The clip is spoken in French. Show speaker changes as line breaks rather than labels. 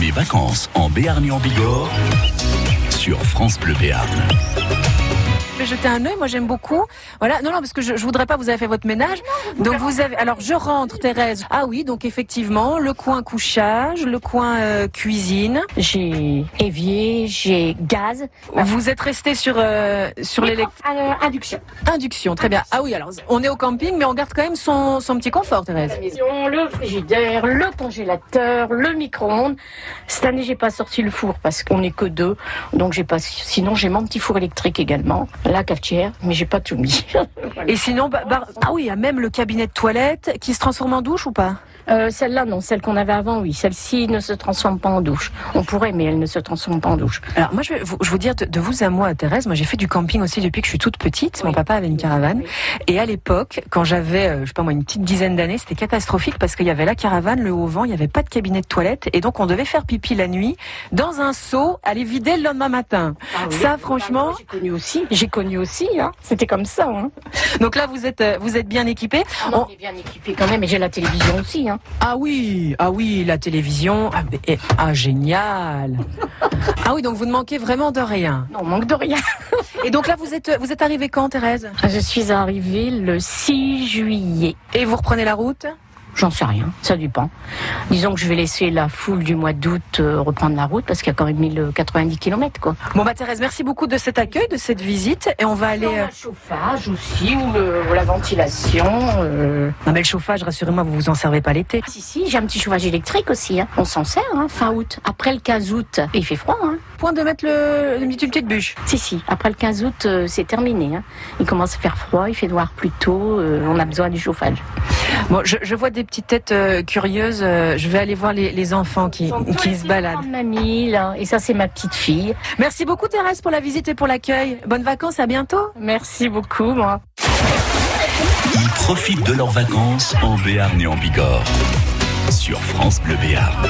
Mes vacances en Béarn et en Bigorre sur France Bleu Béarn.
Je vais jeter un œil, moi j'aime beaucoup. Voilà, non, non, parce que je, je voudrais pas, vous avez fait votre ménage. Donc vous avez, alors je rentre, Thérèse. Ah oui, donc effectivement, le coin couchage, le coin euh, cuisine.
J'ai évier, j'ai gaz,
Vous êtes resté sur, euh, sur l'électrique.
euh, induction.
Induction, très bien. Ah oui, alors on est au camping, mais on garde quand même son, son petit confort, Thérèse.
Maison, le frigidaire, le congélateur, le micro-ondes. Cette année, j'ai pas sorti le four parce qu'on est que deux. Donc j'ai pas. Sinon, j'ai mon petit four électrique également, la cafetière, mais j'ai pas tout mis.
Et sinon, bah, bah, ah oui, il y a même le cabinet de toilette qui se transforme en douche ou pas
Euh, celle-là, non, celle qu'on avait avant, oui. Celle-ci ne se transforme pas en douche. On pourrait, mais elle ne se transforme pas en douche.
Alors moi, je vais vous, je vous dire de, de vous à moi, Thérèse. Moi, j'ai fait du camping aussi depuis que je suis toute petite. Mon
Oui.
papa avait une caravane.
Oui.
Et à l'époque, quand j'avais, euh, je sais pas moi, une petite dizaine d'années, c'était catastrophique parce qu'il y avait la caravane, le haut vent, il n'y avait pas de cabinet de toilette, et donc on devait faire pipi la nuit dans un seau, aller vider le lendemain matin.
Ah
Ça, franchement,
j'ai connu aussi. J'ai connu aussi. Hein. C'était comme ça. Hein. Oh.
donc là, vous êtes, euh, vous êtes bien équipés.
Ah, On est bien équipé quand même, et j'ai la télévision aussi. Hein.
Ah oui, ah oui, la télévision, ah, mais- eh, ah génial. Ah oui, donc vous ne manquez vraiment de rien.
Non, on manque de rien.
Et donc là, vous êtes, vous êtes arrivée quand, Thérèse
Je suis arrivée le 6 juillet.
Et vous reprenez la route
J'en sais rien, ça dépend. Disons que je vais laisser la foule du mois d'août euh, reprendre la route parce qu'il y a quand même 1090 km quoi.
Bon bah Thérèse, merci beaucoup de cet accueil, de cette visite, et on va aller. euh,
chauffage aussi ou, le- ou la ventilation. euh.
Non mais le chauffage, rassurez-moi, vous vous en servez pas l'été.
Ah, si si, j'ai un petit chauffage électrique aussi. hein. On s'en sert hein, fin août. Après le 15 août, et il fait froid. Hein.
Point de mettre le une petite, une petite bûche.
Si si, après le 15 août, euh, c'est terminé. hein. Il commence à faire froid, il fait noir plus tôt. euh, on a besoin du chauffage.
Bon, je, je vois des petites têtes euh, curieuses. euh, je vais aller voir les, les enfants qui, qui se baladent.
Mamie là, et ça c'est ma petite fille.
Merci beaucoup Thérèse pour la visite et pour l'accueil. Bonnes vacances, à bientôt.
Merci beaucoup moi.
Ils profitent de leurs vacances en Béarn et en Bigorre sur France Bleu Béarn.